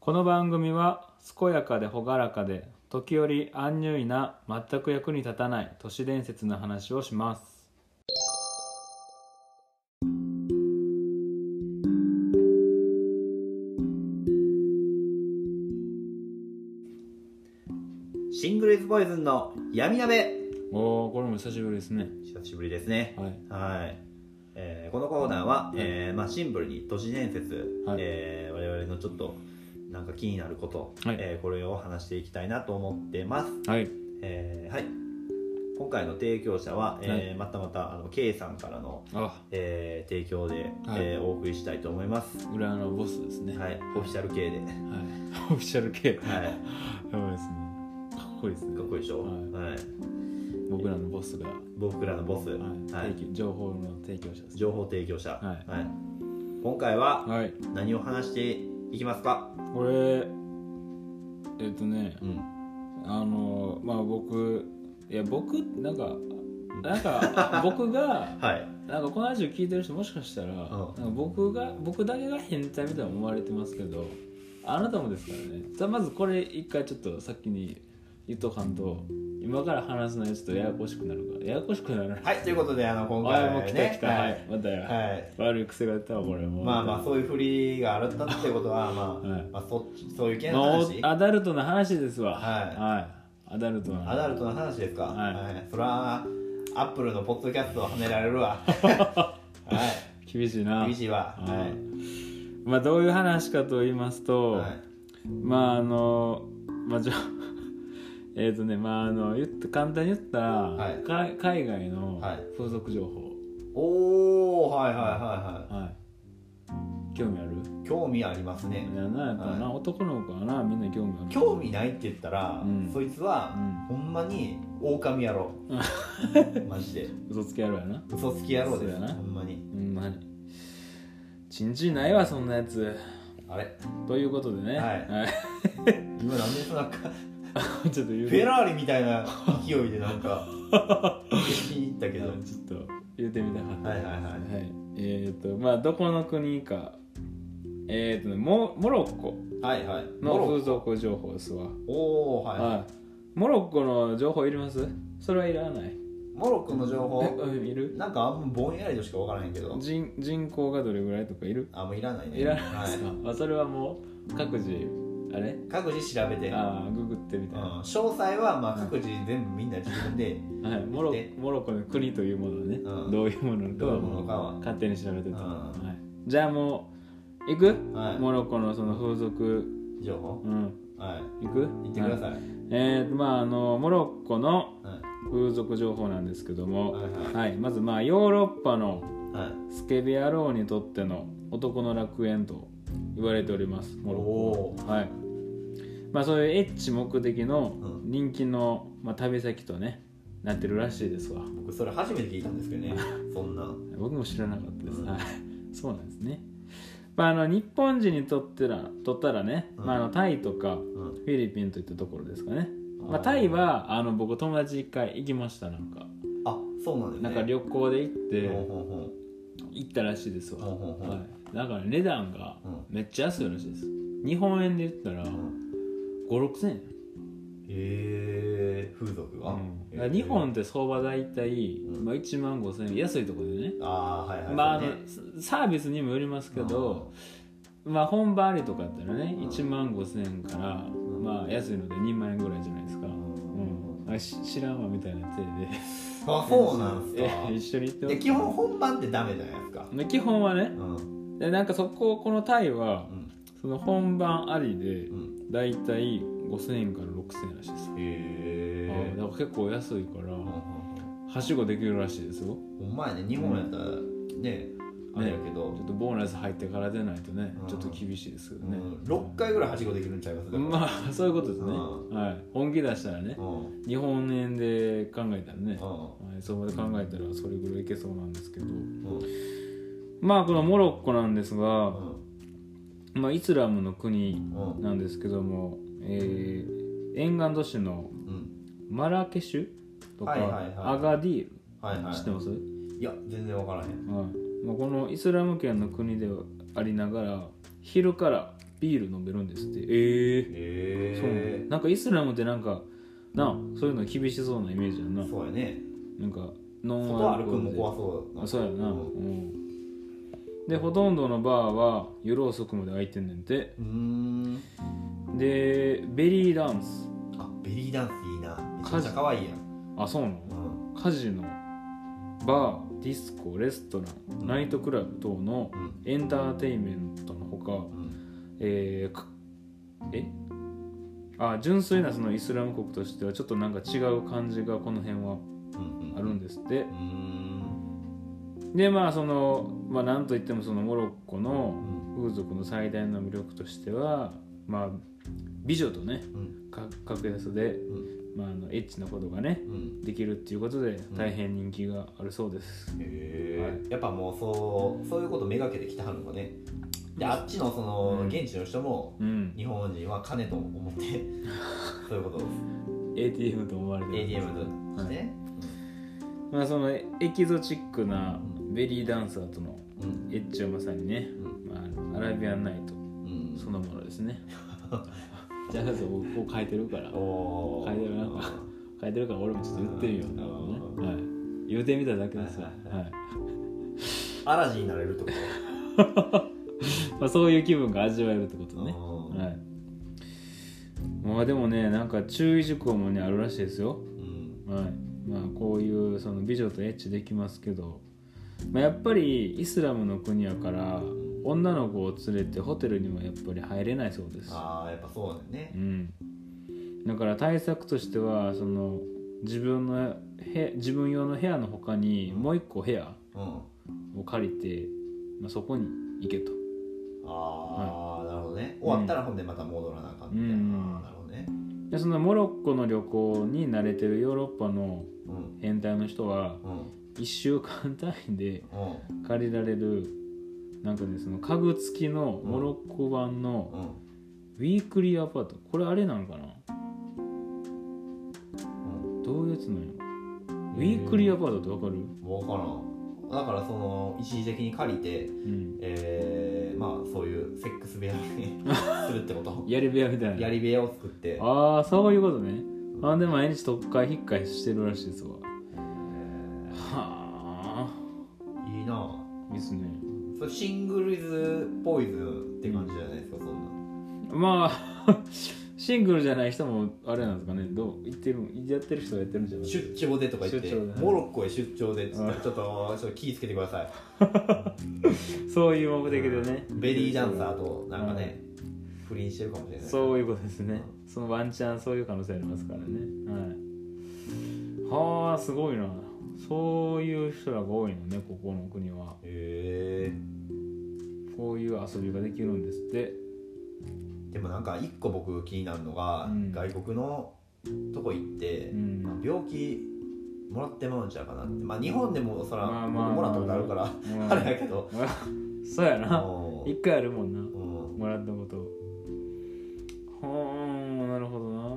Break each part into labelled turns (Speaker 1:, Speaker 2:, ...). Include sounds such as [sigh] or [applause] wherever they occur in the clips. Speaker 1: この番組は健やかで朗らかで時折アンニュイな全く役に立たない都市伝説の話をします
Speaker 2: シングルイズボーイズンの闇鍋
Speaker 1: おーこれも久しぶりですね
Speaker 2: 久しぶりですね
Speaker 1: はい
Speaker 2: はい、えーこのコーナーは、えーまあ、シンプルに都市伝説、
Speaker 1: はい
Speaker 2: えー我々のちょっとなんか気になること、
Speaker 1: はい
Speaker 2: えーこれを話していきたいなと思ってます、
Speaker 1: はい
Speaker 2: えーはい今回の提供者は、えー
Speaker 1: はい
Speaker 2: またまたあの K さんからの、
Speaker 1: あ
Speaker 2: えー提供で、
Speaker 1: はい
Speaker 2: えーお送りしたいと思います
Speaker 1: 裏のボスですね、
Speaker 2: はいいオフィシャル K で、はい、
Speaker 1: [laughs] オフィシャル系やばいですねかっこいいですね
Speaker 2: かっこいいでしょ、
Speaker 1: は
Speaker 2: はい、
Speaker 1: 僕らのボスが、は
Speaker 2: 僕らのボス、
Speaker 1: い
Speaker 2: はい
Speaker 1: 提供情報の提供者です
Speaker 2: 情報提供者、
Speaker 1: はい
Speaker 2: 今回は、
Speaker 1: はい
Speaker 2: 何を話していきますか、
Speaker 1: これえっとね
Speaker 2: うん、
Speaker 1: あのまあ僕いや僕なんかなんか僕が
Speaker 2: はい
Speaker 1: なんかこのラジオ聞いてる人もしかしたら、なんか僕が僕だけが変態みたいに思われてますけどあなたもですからねさあまずこれ一回ちょっと先に言っとかんと今から話すのはちょっとややこしくなるからややこしくなるな
Speaker 2: はいということであの今
Speaker 1: あ
Speaker 2: 回
Speaker 1: あもう来た来た、
Speaker 2: は
Speaker 1: はい
Speaker 2: い、
Speaker 1: またや、
Speaker 2: はい
Speaker 1: 悪い癖が出たわこれもう
Speaker 2: まあまあそういう振りがあったってことはまあ、
Speaker 1: はい
Speaker 2: まあ、そっちそういう系
Speaker 1: まあ
Speaker 2: の
Speaker 1: お
Speaker 2: 話
Speaker 1: アダルトな話ですわ
Speaker 2: はい
Speaker 1: アダルトな話
Speaker 2: アダルトの話ですか
Speaker 1: はい
Speaker 2: そりゃアップルのポッドキャストを跳ねられ
Speaker 1: [laughs]
Speaker 2: るわはい
Speaker 1: 厳しいな
Speaker 2: 厳しいわ
Speaker 1: あ
Speaker 2: は
Speaker 1: まあどういう話かと言います
Speaker 2: い
Speaker 1: と、
Speaker 2: はい
Speaker 1: まああのまあじゃ [laughs] えっとねまああの言って簡単に言ったら、
Speaker 2: い
Speaker 1: か海外の
Speaker 2: はい
Speaker 1: 風俗情報、
Speaker 2: おおはいはいはいは
Speaker 1: はい興味ある
Speaker 2: い興味ありますね
Speaker 1: いやなやっぱな、
Speaker 2: は
Speaker 1: 男の子はなみんな興味ある
Speaker 2: 興味ないって言ったら、
Speaker 1: うん
Speaker 2: そいつは、ほんまに狼野
Speaker 1: [laughs]
Speaker 2: 郎マジで
Speaker 1: 嘘つきやろやな
Speaker 2: 嘘つき野郎です
Speaker 1: そうやな
Speaker 2: ほんまに
Speaker 1: うんまにちんちんないわそんなやつ
Speaker 2: あれ
Speaker 1: ということでね
Speaker 2: はい今なんでそんな
Speaker 1: [laughs]
Speaker 2: か
Speaker 1: いちょっと言
Speaker 2: フ
Speaker 1: う
Speaker 2: ェラーリみたいな勢いでなんか聞きに行ったけど
Speaker 1: ちょっと言うてみたかった
Speaker 2: はいはいはい
Speaker 1: はい、えっ、とまあどこの国かえっ、とねモモロッコ
Speaker 2: はいはいモ
Speaker 1: の
Speaker 2: ロ
Speaker 1: 風俗情報ですわ
Speaker 2: おおはい、はい
Speaker 1: はいモロッコの情報いりますそれはいらない
Speaker 2: モロッコの情
Speaker 1: え
Speaker 2: 報
Speaker 1: うんいる
Speaker 2: なんかあんまぼんやりとしかわからへんけど
Speaker 1: 人人口がどれぐらいとかいる
Speaker 2: あもういらないね
Speaker 1: いらないですか、
Speaker 2: は
Speaker 1: あそれはもう各自あれ
Speaker 2: い、各自調べて、うん、
Speaker 1: ああググってみたいな、
Speaker 2: 詳細はまあ各自全部みんな自分で、
Speaker 1: はい、モロ
Speaker 2: で
Speaker 1: モロッコの国というものはね、
Speaker 2: うん
Speaker 1: どういうものか
Speaker 2: どうい
Speaker 1: は
Speaker 2: うも
Speaker 1: も
Speaker 2: のかは
Speaker 1: う勝手に調べてた、
Speaker 2: うん
Speaker 1: はい、じゃあもう行く、
Speaker 2: はい
Speaker 1: モロッコのその風俗
Speaker 2: 情報
Speaker 1: うん
Speaker 2: はい
Speaker 1: 行く
Speaker 2: 言ってくだ
Speaker 1: はい
Speaker 2: さい、はい
Speaker 1: えーとまああのモロッコの
Speaker 2: は
Speaker 1: 風俗情報なんですけども、
Speaker 2: はいはい
Speaker 1: まずまあヨーロッパの
Speaker 2: いはい
Speaker 1: スケベ野郎にとっての男の楽園と言われておりますモロッコははいまあそういうエッチ目的の
Speaker 2: うん
Speaker 1: 人気の、まあ、旅先とねなってるらしいですわ
Speaker 2: 僕それ初めて聞いたんです
Speaker 1: [laughs]
Speaker 2: けどねそんな
Speaker 1: 僕も知らなかったです、
Speaker 2: うん
Speaker 1: はい [laughs] そうなんですねまああの日本人にとってらとったらね、
Speaker 2: うん
Speaker 1: まあ、あのタイとか
Speaker 2: うん
Speaker 1: フィリピンといったところですかね、まあ、
Speaker 2: あー
Speaker 1: タイはあの僕友達一回行きましたなんか
Speaker 2: あそうなんです
Speaker 1: な
Speaker 2: ね
Speaker 1: んか旅行で行
Speaker 2: ほん
Speaker 1: って
Speaker 2: ほんほん
Speaker 1: 行ったらしいですわ、
Speaker 2: ほんほんほん
Speaker 1: はい、だから値段が
Speaker 2: うん
Speaker 1: めっちゃ安いらしいです日本円で言ったら56000円、
Speaker 2: へえ風俗が、
Speaker 1: うん、だから
Speaker 2: えー
Speaker 1: 日本って相場大体、
Speaker 2: うん
Speaker 1: まあ、1万5000円安いところでね
Speaker 2: ああはいはい
Speaker 1: まああ
Speaker 2: そ
Speaker 1: の
Speaker 2: うね
Speaker 1: サービスにもよりますけど、まあ本場ありとかだったらね
Speaker 2: うん
Speaker 1: 1万5000円から、
Speaker 2: ん
Speaker 1: まあ安いので2万円ぐらいじゃないですか、う
Speaker 2: うん
Speaker 1: んあし知らんわみたいな手で
Speaker 2: あそうなんす
Speaker 1: [laughs] え
Speaker 2: か
Speaker 1: 一緒に行ってま
Speaker 2: です基本本番ってダメじゃないですか
Speaker 1: で基本はね
Speaker 2: うん
Speaker 1: でなんかそここのタイは
Speaker 2: うん
Speaker 1: その本番ありで
Speaker 2: うん
Speaker 1: だいたい5000円から6000円らしいです、
Speaker 2: へ
Speaker 1: あだ
Speaker 2: え
Speaker 1: から結構安いからはしごできるらしいですよ
Speaker 2: ほんまやね日本やったらねあれやけど、
Speaker 1: ちょっとボーナス入ってから出ないとね、
Speaker 2: うん
Speaker 1: ちょっと厳しいですけど
Speaker 2: う
Speaker 1: ね、
Speaker 2: ん、6回ぐらいはしごできるんちゃいますだから
Speaker 1: まあそういうことですね、
Speaker 2: うん
Speaker 1: はい、本気出したらね
Speaker 2: うんうん
Speaker 1: 日本円で考えたらね、
Speaker 2: う
Speaker 1: はい、そこで考えたらそれぐらいいけそうなんですけど
Speaker 2: ん
Speaker 1: まあこのモロッコなんです
Speaker 2: う
Speaker 1: が、
Speaker 2: ん
Speaker 1: まあ、イスラムの国
Speaker 2: うん
Speaker 1: なんですけども、えー沿岸都市の
Speaker 2: うん
Speaker 1: マラケシュとか、
Speaker 2: はいはいはい
Speaker 1: アガディール、
Speaker 2: はいは
Speaker 1: 知って
Speaker 2: い
Speaker 1: ます、はい
Speaker 2: いや全然わからへん
Speaker 1: まあ、このイスラム圏の国ではありながら昼からビール飲めるんですってええそう
Speaker 2: へ
Speaker 1: なんかイスラムってなんかなあそういうの厳しそうなイメージやんな
Speaker 2: えそうやね
Speaker 1: なんかノン
Speaker 2: 外
Speaker 1: ア
Speaker 2: 歩
Speaker 1: ル
Speaker 2: く
Speaker 1: コール
Speaker 2: のも
Speaker 1: で
Speaker 2: 怖そうだ
Speaker 1: あそうやな、う
Speaker 2: うん
Speaker 1: ん、でほとんどのバーは夜遅くまで開いてんねんて
Speaker 2: うーん
Speaker 1: でベリーダンス
Speaker 2: あベリーダンスいいなめちゃめちゃ可愛いやん
Speaker 1: あそうなの
Speaker 2: うん
Speaker 1: カジノバーディスコレストランナイトクラブ等の
Speaker 2: うん
Speaker 1: エンターテインメントのほか
Speaker 2: うん
Speaker 1: えーかえあ純粋なそのイスラム国としてはちょっとなんか違う感じがこの辺は
Speaker 2: うん
Speaker 1: あるんですって
Speaker 2: うーん
Speaker 1: でまあそのまあなんといってもそのモロッコの
Speaker 2: うん
Speaker 1: 風俗の最大の魅力としてはまあ美女とね
Speaker 2: うん
Speaker 1: か格安で、まあ、あのエッチなことがね
Speaker 2: うん
Speaker 1: できるっていうことで
Speaker 2: ん
Speaker 1: 大変人気があるそうです、
Speaker 2: へえやっぱもうそうそういうことめがけてきてはるのねであっちのその
Speaker 1: うん
Speaker 2: 現地の人も
Speaker 1: うん、
Speaker 2: 日本人は金と思ってそういうことです
Speaker 1: ATM と思われてる
Speaker 2: ATM としてね
Speaker 1: まあそのエキゾチックなベリーダンサーとの
Speaker 2: うん
Speaker 1: エッチはまさにね、
Speaker 2: うん
Speaker 1: まああの、アラビアンナイト
Speaker 2: うん
Speaker 1: そのものですね [laughs] じゃあそう僕こう書いてるから
Speaker 2: おー
Speaker 1: 書いてるな
Speaker 2: うん
Speaker 1: 書いてるから俺もちょっと言ってみよう
Speaker 2: うん
Speaker 1: なるほどね、
Speaker 2: う
Speaker 1: はい、言うてみただけですわ、
Speaker 2: はい
Speaker 1: はい
Speaker 2: アラジンになれるってこ
Speaker 1: まあ、そういう気分が味わえるってこと
Speaker 2: と
Speaker 1: ね、
Speaker 2: うん
Speaker 1: はいまあでもねなんか注意事項もねあるらしいですよ
Speaker 2: うん
Speaker 1: はいまあ、こういうその美女とエッチできますけど、まあ、やっぱりイスラムの国やから女の子を連れてホテルにもやっぱり入れないそうです、
Speaker 2: ああやっぱそうだよね
Speaker 1: うん、だから対策としてはその自分のへ自分用の部屋の他にもう一個部屋
Speaker 2: うん
Speaker 1: を借りて、まあ、そこに行けと
Speaker 2: ああなるほどね終わったらほんでまた戻らなあかんみたい
Speaker 1: うん
Speaker 2: なあーなるほどね
Speaker 1: でそのモロッコの旅行に慣れてるヨーロッパの
Speaker 2: うん
Speaker 1: 変態の人は
Speaker 2: うん
Speaker 1: 1週間単位で
Speaker 2: うん
Speaker 1: 借りられるなんかねその家具付きのモロッコ版の
Speaker 2: う
Speaker 1: ウ
Speaker 2: ん
Speaker 1: ィークリーアパートこれあれなんかな
Speaker 2: う
Speaker 1: どういうやつなんやウィークリーアパートってわかる、
Speaker 2: んもう分からんだからその一時的に借りて
Speaker 1: うん、
Speaker 2: えー、まあそういうセックス部屋にするってこと
Speaker 1: やり部屋みたい
Speaker 2: や
Speaker 1: な
Speaker 2: り部屋を作って
Speaker 1: ああそういうことねあで毎日特会引っかいしてるらしいですわは
Speaker 2: えー
Speaker 1: あ
Speaker 2: いいなあ
Speaker 1: いいっすね
Speaker 2: それシングルイズボーイズって感じじゃないですかそん
Speaker 1: まあ [laughs] シングルじゃない人もあれなんですかねどう言ってるやってる人はやってるんじゃな
Speaker 2: ない出張でとか言って
Speaker 1: 出張で
Speaker 2: モロッコへ出張でって言った
Speaker 1: う
Speaker 2: らちょっとちょっと気ぃつけてください
Speaker 1: そういう目的でね
Speaker 2: ベリーダンサーとなんかね、不倫してるかもしれない
Speaker 1: そういうことですね。そのワンチャンそういう可能性ありますからね。はい。はあ、すごいな。そういう人らが多いのね、ここの国は。
Speaker 2: へえ
Speaker 1: こういう遊びができるんですって。
Speaker 2: でもなんか一個僕気になるのが、
Speaker 1: うん
Speaker 2: 外国のとこ行って、
Speaker 1: うん
Speaker 2: まあ病気もらってまうんちゃうかなってまあ日本でもそら、
Speaker 1: まあ
Speaker 2: 僕
Speaker 1: まあ
Speaker 2: もらったことあるから、
Speaker 1: うん
Speaker 2: あれやけ
Speaker 1: [laughs]
Speaker 2: ど
Speaker 1: そうやな。
Speaker 2: うん
Speaker 1: 一回あるもんな。
Speaker 2: うん
Speaker 1: もらったこと。はあ、なるほどな。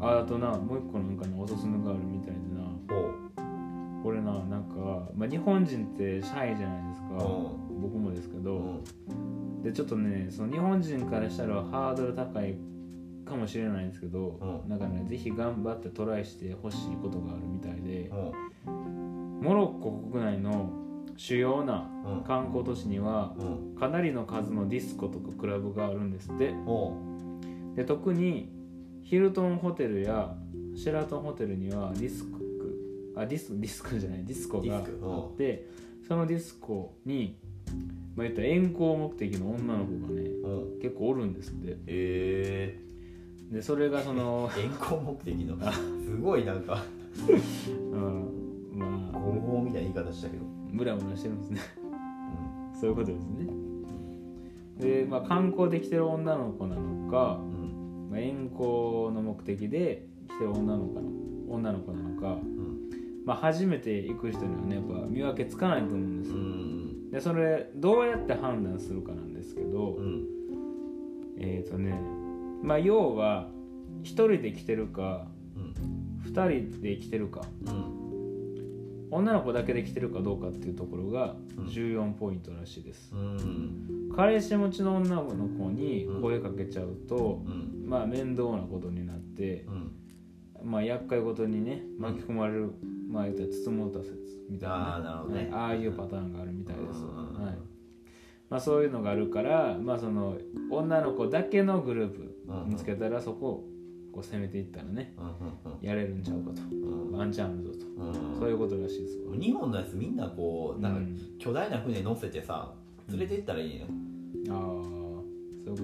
Speaker 1: ああとな、もう一個なんかね、おすすめがあるみたいでな。これな、なんか、まあ、日本人ってシャイじゃないですか。
Speaker 2: お
Speaker 1: 僕もですけど。
Speaker 2: ううん
Speaker 1: でちょっとねその日本人からしたらハードル高いかもしれないんですけど、
Speaker 2: うん
Speaker 1: なんかねぜひ頑張ってトライしてほしいことがあるみたいで
Speaker 2: う、ん
Speaker 1: モロッコ国内の主要な
Speaker 2: うん
Speaker 1: 観光都市には
Speaker 2: うん
Speaker 1: かなりの数のディスコとかクラブがあるんですって
Speaker 2: おう
Speaker 1: で特にヒルトンホテルやシェラトンホテルにはディスコあディスディスコじゃないディスコがあっ
Speaker 2: ディスコ
Speaker 1: てそのディスコに、まあ、言ったら遠行目的の女の子がね
Speaker 2: うん
Speaker 1: 結構おるんですって
Speaker 2: へえ
Speaker 1: でそれがその、 [laughs]
Speaker 2: 健康目的のすごいなんか
Speaker 1: うん、まあ
Speaker 2: 合法みたいな言い方したけど、
Speaker 1: ムラムラしてるんですね [laughs]
Speaker 2: うん
Speaker 1: そういうことですねで、まあ、観光で来てる女の子なのか、
Speaker 2: うん
Speaker 1: まあ、遠行の目的で来てる女の子なの女の子なのか、
Speaker 2: うん
Speaker 1: まあ、初めて行く人にはねやっぱ見分けつかないと思うんです
Speaker 2: う
Speaker 1: よ、
Speaker 2: ん
Speaker 1: でそれどうやって判断するかなんですけど、
Speaker 2: うん
Speaker 1: えっ、とねまあ要は1人で来てるか
Speaker 2: うん
Speaker 1: 2人で来てるか
Speaker 2: うん
Speaker 1: 女の子だけで来てるかどうかっていうところが
Speaker 2: うん
Speaker 1: 14ポイントらしいです、
Speaker 2: うん
Speaker 1: 彼氏持ちの女の子に声かけちゃうと、
Speaker 2: うん
Speaker 1: まあ面倒なことになって、
Speaker 2: うん
Speaker 1: まあ厄介ごとにね巻き込まれる、まあ言ったら包もうた説みたい
Speaker 2: あーなる
Speaker 1: な,、
Speaker 2: ほどね
Speaker 1: はいああいうパターンがあるみたいです、
Speaker 2: うん
Speaker 1: はいまあ、そういうのがあるから、まあ、その女の子だけのグループ見つけたらそこをこう攻めていったらね
Speaker 2: うんうん
Speaker 1: やれるんちゃうかと
Speaker 2: うん
Speaker 1: ワンチャンあるぞと
Speaker 2: うん
Speaker 1: そういうことらしいですわ
Speaker 2: 日本のやつみんなこうなんか
Speaker 1: うん
Speaker 2: 巨大な船乗せてさ連れて行ったらいいのよ、
Speaker 1: ああそういうこ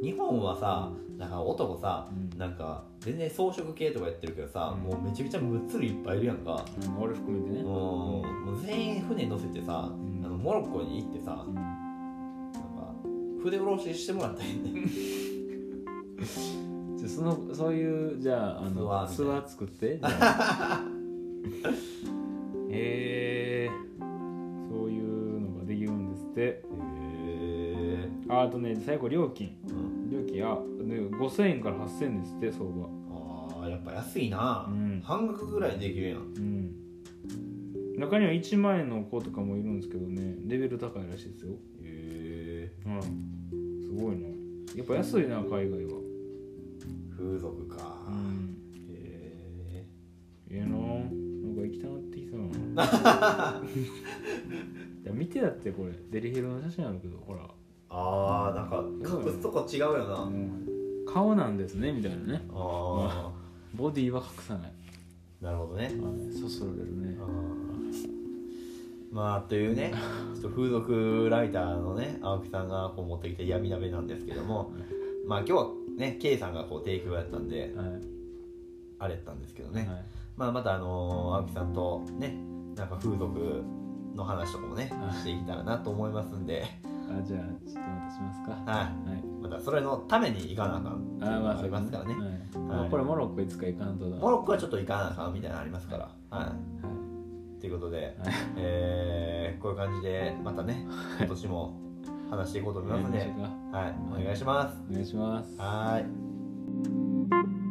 Speaker 1: と
Speaker 2: 日本はさなんか男さ、
Speaker 1: うん
Speaker 2: なんか全然装飾系とかやってるけどさ、
Speaker 1: うん
Speaker 2: もうめちゃめちゃむっつりいっぱいいるやんか、
Speaker 1: か、うん、俺含めてね
Speaker 2: うん、もう全員船乗せてさ、
Speaker 1: ん
Speaker 2: あのモロッコに行ってさ、
Speaker 1: うん
Speaker 2: なんか筆下ろししてもらったらいいね
Speaker 1: じゃあそのそういうじゃああ
Speaker 2: ツ
Speaker 1: の
Speaker 2: アー
Speaker 1: ツア
Speaker 2: みたいな
Speaker 1: ー作ってじゃ
Speaker 2: [laughs]
Speaker 1: あへえそういうのができるんですって
Speaker 2: へえ、
Speaker 1: ああとね最後料金
Speaker 2: うん、
Speaker 1: 料金あで5000円から8000円ですって相場
Speaker 2: あーやっぱ安いな、
Speaker 1: うん
Speaker 2: 半額ぐらいできるやん
Speaker 1: うん中には1万円の子とかもいるんですけどねレベル高いらしいですよ
Speaker 2: へえ
Speaker 1: うんすごいなやっぱ安いな海外は
Speaker 2: 風俗か、
Speaker 1: うん
Speaker 2: へえ
Speaker 1: ええななんか行きたなってきたな [laughs] いや見てだってこれデリヘルの写真あるけどほら、
Speaker 2: あーなんか隠すとこ違うよな、
Speaker 1: う
Speaker 2: あ
Speaker 1: ん顔なんですねみたいなね
Speaker 2: あ
Speaker 1: ボディは隠さない、
Speaker 2: ーなるほどね
Speaker 1: はい、そそられるね
Speaker 2: あーまあという
Speaker 1: [laughs]
Speaker 2: ねちょっと風俗ライターのね青木さんがこう持ってきた闇鍋なんですけどもまあ今日はね K さんがこう提供やったんで
Speaker 1: はい、
Speaker 2: あれやったんですけどね、
Speaker 1: はい
Speaker 2: まあまたあのー青木さんとねなんか風俗の話とかもね
Speaker 1: はい
Speaker 2: していけたらなと思いますんで、
Speaker 1: あじゃあちょっとまたしますかは
Speaker 2: はいい、またそれのために行かなあかんっていう
Speaker 1: あ
Speaker 2: の
Speaker 1: ま
Speaker 2: が
Speaker 1: あ
Speaker 2: ありますからね、
Speaker 1: はい
Speaker 2: はい
Speaker 1: あこれモロッコいつか行かんとだ
Speaker 2: モロッコはちょっと行かなあかんみたいなのありますからは
Speaker 1: はい
Speaker 2: いということで、
Speaker 1: はい
Speaker 2: えーこういう感じでまたね今年も話していこうと思いますので、
Speaker 1: お願いします
Speaker 2: はい、お願いします。
Speaker 1: お願いします
Speaker 2: はーい。